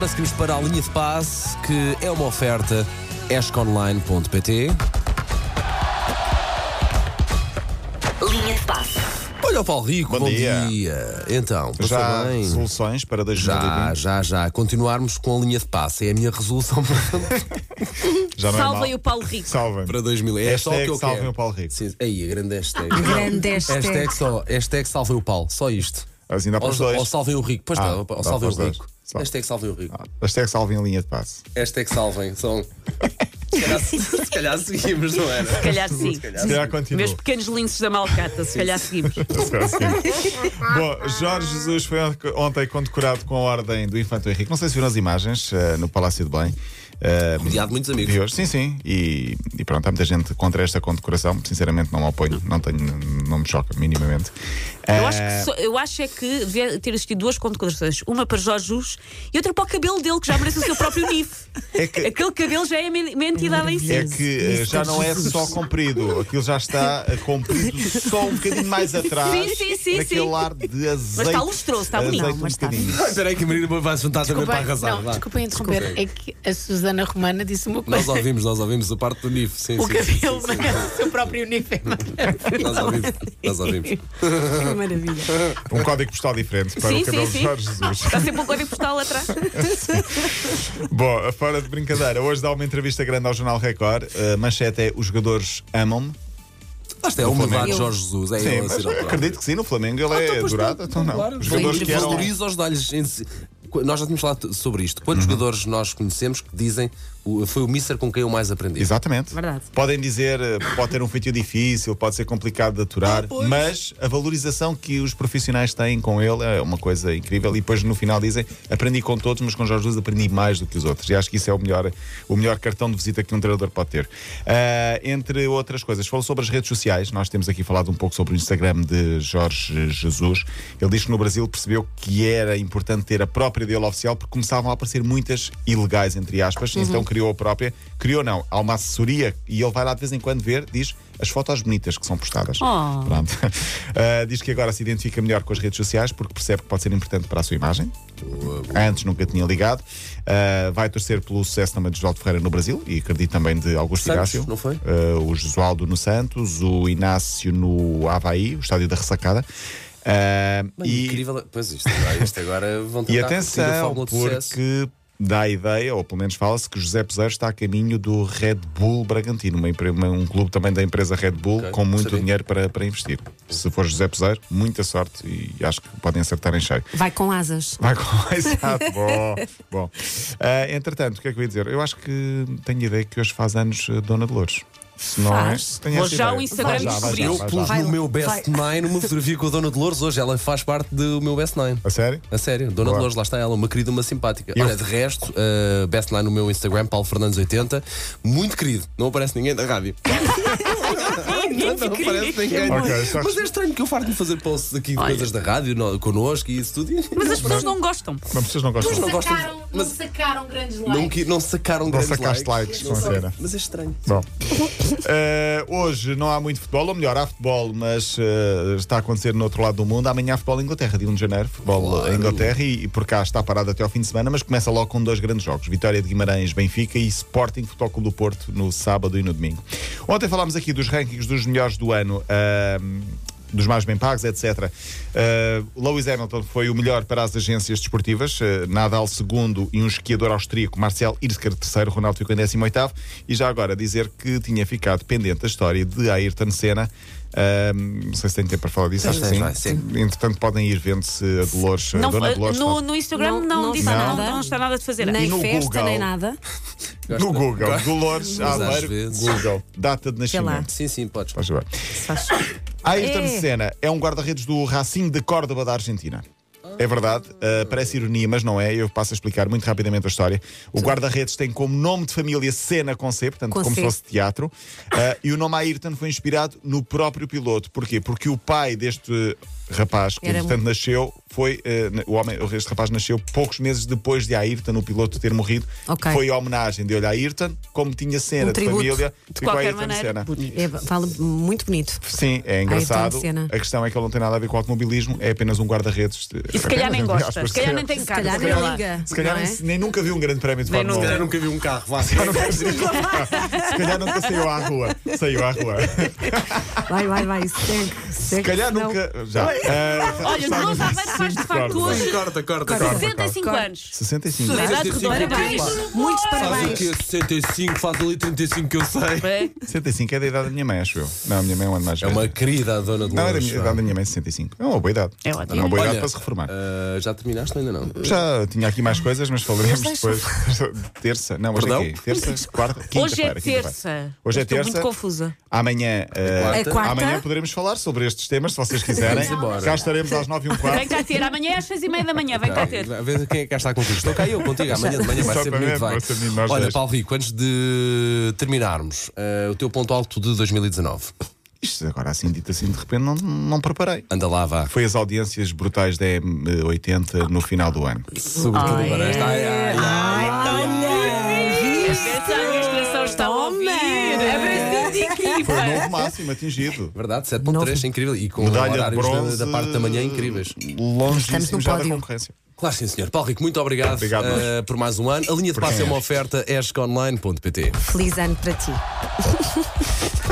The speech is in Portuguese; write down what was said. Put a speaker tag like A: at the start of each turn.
A: Agora seguimos para a linha de passe, que é uma oferta esconline.pt.
B: Linha de passe.
A: Olha o Paulo Rico, bom,
C: Bom dia.
A: Então, passou
C: Já há
A: bem?
C: soluções para 2020?
A: Já, já, já. Continuarmos com a linha de passe. É a minha resolução para-
C: Já não é
D: Salvem
C: mal.
D: o Paulo Rico.
C: Salvem.
A: para 2000. É só o que
C: Hashtag
A: eu
C: salvem
A: quero.
C: o Paulo Rico.
A: Sim, aí, a grande hashtag.
D: Grande
A: hashtag só, hashtag salvem o Paulo, só isto.
C: Assim dá para
A: Ou,
C: os dois.
A: ou salvem o Rico, pois
C: Ah,
A: está,
C: dá
A: ou
C: para
A: salvem o
C: os dois.
A: Rico.
C: Salve.
A: Hashtag salvem o Rico.
C: Ah, Hashtag salvem a linha de passe.
A: Hashtag salvem, são. Se calhar, se calhar seguimos, não era?
D: Se calhar sim.
C: Se calhar É. continua.
D: Meus pequenos linces da Malcata, se calhar seguimos.
C: Se calhar sim. Bom, Jorge Jesus foi on- ontem condecorado com a ordem do Infanto Henrique. Não sei se viram as imagens eh, no Palácio de Belém. Eh,
A: Rodeado de muitos amigos.
C: de hoje. Sim, sim. E, e pronto, há muita gente contra esta condecoração. Sinceramente, não me apoio. Não, tenho, não me choca minimamente. Eh,
D: Eu acho, que só- eu acho é que devia ter existido duas condecorações. Uma para Jorge Jus e outra para o cabelo dele, que já merece o seu próprio NIF.
C: É que-
D: Aquele cabelo já é men- uma entidade em si.
C: É que eh, já não é só comprido, aquilo já está eh, comprido só um bocadinho mais atrás.
D: Sim, sim, sim,
C: Naquele
D: sim.
C: ar de azeite.
D: está lustroso, está bonito.
C: azeite
D: Não,
C: um
D: mas está.
C: bocadinho.
A: Espera aí que a Marina vai se juntar também para
E: Desculpem,
A: arrasar.
E: não,
A: vá.
E: desculpem interromper. É que a Susana Romana disse uma coisa.
A: Nós ouvimos, nós ouvimos a parte do NIF, sim,
E: O
A: sim,
E: cabelo
A: sim,
E: merece o seu próprio uniforme.
A: sim. Nós ouvimos, nós ouvimos.
E: Que maravilha.
C: Um código postal diferente para
D: Sim,
C: o cabelo
D: sim,
C: de
D: sim.
C: Jorge Jesus.
D: Está sempre um código postal atrás.
C: Bom, fora de brincadeira, hoje dá uma entrevista grande ao Jornal Record. A manchete é Os Jogadores Amam-me.
A: Lá está, é uma
C: Flamengo.
A: verdade de Jorge Jesus. É
C: Sim,
A: ele a Ah,
C: mas
A: ser
C: eu
A: adorado.
C: acredito que sim, no Flamengo
D: Ah,
C: ele é adorado. Então não.
A: Claro,
C: Os jogadores que eram.
A: valoriza os dá-lhes. em si- Qu- Nós já tínhamos falado sobre isto. Quantos
C: Uhum.
A: jogadores nós conhecemos que dizem o- foi o Mister com quem eu mais aprendi?
C: Exatamente.
D: Verdade.
C: Podem dizer, eh, pode ter um feitio difícil, pode ser complicado de aturar, mas a valorização que os profissionais têm com ele é uma coisa incrível. E depois no final dizem, aprendi com todos, mas com Jorge Jesus aprendi mais do que os outros. E acho que isso é o melhor, o melhor cartão de visita que um treinador pode ter. Ah, entre outras coisas, falou sobre as redes sociais. Nós temos aqui falado um pouco sobre o Instagram de Jorge Jesus. Ele diz que no Brasil percebeu que era importante ter a própria dele oficial porque começavam a aparecer muitas ilegais, entre aspas, então criou a própria. Criou não, há uma assessoria e ele vai lá de vez em quando ver, diz as fotos bonitas que são postadas.
D: Oh.
C: Pronto. Ah, diz que agora se identifica melhor com as redes sociais porque percebe que pode ser importante para a sua imagem. Antes nunca tinha ligado. Ah, vai torcer pelo sucesso também de Josualdo Ferreira no Brasil e acredito também de Augusto
A: Santos,
C: Inácio.
A: não foi?
C: Uh, o Josualdo no Santos, o Inácio no Havaí, o estádio da ressacada. Uh,
A: Bem,
C: e,
A: Incrível. Pois isto, agora- isto agora vão
C: e
A: tentar repetir a
C: atenção,
A: fórmula de sucesso.
C: porque dá a ideia, ou pelo menos fala-se, que José Peseiro está a caminho do Red Bull Bragantino, uma empre- uma- um clube também da empresa Red Bull,
A: Ok,
C: com muito
A: sabia.
C: dinheiro para, para investir. Se for José Peseiro, muita sorte e acho que podem acertar em cheio.
D: Vai com asas.
C: Vai com exato. bom, bom. Uh, entretanto, o que é que eu ia dizer? Eu acho que tenho a ideia que hoje faz anos uh, Dona Dolores. Se não
D: Faz.
C: é, tenho
D: Vou
C: essa
D: já
C: ideia.
D: o Instagram
C: Vai já, vai
D: descobrir.
C: já,
A: Eu
C: vai
A: pus
C: já.
A: no meu Best Nine uma fotografia com a Dona Dolores hoje. Ela faz parte do meu Best Nine.
C: A sério?
A: A sério, Dona
C: Boa.
A: Dolores, lá está ela, uma querida, uma simpática.
C: Eu-
A: Olha, de resto, uh, best line no meu Instagram, Paulo Fernandes80, muito querido, não aparece ninguém da rádio. não, não aparece ninguém.
C: Ok, só-
A: Mas é estranho que eu farto de fazer posts aqui de coisas da rádio no, connosco e isso tudo. e-
D: Mas as pessoas não gostam.
C: Mas vocês não gostam.
A: Mas não gostam.
E: Sacaram- não
A: Mas
E: sacaram grandes likes.
A: não, que- não sacaram grandes
C: sacaste likes,
A: Não
C: com
A: sacaram.
C: cera.
A: Mas é estranho.
C: Bom. Eh, hoje não há muito futebol, ou melhor, há futebol, mas eh, está a acontecer no outro lado do mundo. Amanhã há futebol em Inglaterra, dia 1 de janeiro, futebol
A: Claro.
C: em Inglaterra, e, e por cá está parado até ao fim de semana, mas começa logo com dois grandes jogos: Vitória de Guimarães, Benfica e Sporting Futebol Clube do Porto no sábado e no domingo. Ontem falámos aqui dos rankings dos melhores do ano. ahm, dos mais bem pagos, etc. Eh, Lewis Hamilton foi o melhor para as agências desportivas, eh, Nadal segundo e um esquiador austríaco, Marcel Irsker terceiro, Ronaldo ficou em 18 e já agora dizer que tinha ficado pendente a história de Ayrton Senna. Ahm, não sei se tem tempo para falar disso, acho que
A: sim,
C: sim.
A: vai, sim.
C: Entretanto, podem ir vendo se a Dolores, a
D: Não,
C: Dona
D: eh,
C: Dolores.
D: no,
C: faz-
D: no Instagram não,
F: Não- não
D: diz
F: está
D: nada,
F: nada.
D: não está nada de fazer.
F: Nem
C: no
F: festa,
C: Google.
F: nem nada.
A: Gosto-
C: No Google,
A: Gosto-
C: Dolores
A: Mas às
C: Aveiro,
A: vezes-
C: Google, data de
F: lá.
C: nascimento.
A: Sim, sim, podes.
C: Faz favor.
F: Faz-
C: Ayrton
F: É.
C: Senna é um guarda-redes do Racing de Córdoba da Argentina. É verdade, uh, parece ironia, mas não é. Eu passo a explicar muito rapidamente a história. O guarda-redes tem como nome de família Senna com C, portanto,
F: Com
C: como se
F: C.
C: fosse teatro. Uh, e o nome Ayrton foi inspirado no próprio piloto. Porquê? Porque o pai deste ah, rapaz, que
F: Era
C: entretanto nasceu, foi. uh, na- o homem, este rapaz nasceu poucos meses depois de Ayrton, o piloto, ter morrido.
F: Ok.
C: Foi a homenagem dele a Ayrton, como tinha Senna
F: Um
C: de
F: tributo,
C: família,
D: de
C: ficou
D: qualquer
C: Ayrton
D: maneira.
C: Senna.
F: É, vale muito bonito.
D: Tá,
C: Sim, é engraçado.
D: então
F: Senna.
C: a questão é que ele não tem nada a ver com automobilismo, é apenas um guarda-redes. de-
D: E se calhar nem gosta.
C: Aspas,
D: Se calhar
C: se
D: nem tem
F: Se calhar
D: carta.
F: nem liga.
C: Se calhar
F: não é?
C: nem, nem nunca viu um grande prémio de
D: Nem
A: Se
C: Fórmula
A: calhar
C: 1.
A: nunca vi um carro, vá.
C: Se calhar nunca saiu à rua. Saiu à rua.
F: Vai, vai, vai. Segue.
C: Se calhar nunca. Já. Ah,
D: Olha,
C: está
D: não
C: nos
D: já vai faz de
C: 25
D: facto
C: cordas.
D: hoje
A: Corta, corta, corta.
C: Corta.
D: 65
F: Corta.
D: anos.
C: 65.
D: Na idade
A: 65,
D: redonda.
F: Parabéns.
A: Parabéns.
F: Muitos
A: Faz o
F: parabéns.
A: quê? 65, faz ali 35 que eu sei.
D: É.
C: 65 é da idade da minha mãe, acho eu. Não, a minha mãe é um ano mais
A: É
C: velha.
A: uma querida a dona de
C: Não, era a
A: Lourdes,
C: minha- a
A: vá.
C: idade da minha mãe, 65. É uma boa idade.
D: É ótimo.
C: É uma boa idade
A: Olha,
C: para se reformar.
A: ah, já terminaste ou ainda não?
C: Já tinha aqui mais coisas, mas falaremos depois. terça. Não, hoje
A: Perdão?
C: é quê? Terça, quarta, quinta
D: Hoje é terça.
C: Hoje é
D: Estou
C: terça.
D: muito confusa.
C: Amanhã, eh,
A: quarta.
F: É quarta?
C: amanhã poderemos falar sobre estes temas, se vocês quiserem.
A: Vamos embora.
C: Cá estaremos às um 9 h
D: Vem
C: 15
D: cá ter. Amanhã é às 6 e meia da manhã. Vem cá ter.
A: A ver quem é que cá está contigo. Estou cá eu contigo. Amanhã de manhã vai
C: Só
A: ser
C: para
A: bonito.
C: mim,
A: Vai.
C: vai ser bonito, nós
A: Olha,
C: dois.
A: Paulo Rico, antes de terminarmos, eh, o teu ponto alto de 2019.
C: Isto agora assim dito assim, de repente, não, não preparei.
A: Anda lá, vá.
C: Foi as audiências brutais da M80 no final do ano.
A: Sobretudo agora. esta- Ai, ai,
D: Ah,
A: ai.
D: Atenção, a administração está a ouvir. Abraço de
C: Foi o
D: equipa.
C: novo máximo atingido.
A: É Verdade, 7.3, incrível. E com
C: Medalha de
A: horários
C: bronze.
A: da, da parte da manhã incríveis.
F: Estamos
C: Longíssimo
F: no
C: já da
F: pódio.
C: concorrência.
A: Claro, sim, senhor. Paulo Rico, muito obrigado,
C: Obrigado,
A: eh,
C: nós.
A: por mais um ano. A linha de
C: Por
A: passe é
C: quem
A: uma
C: és.
A: oferta esconline.pt.
F: Feliz ano para ti.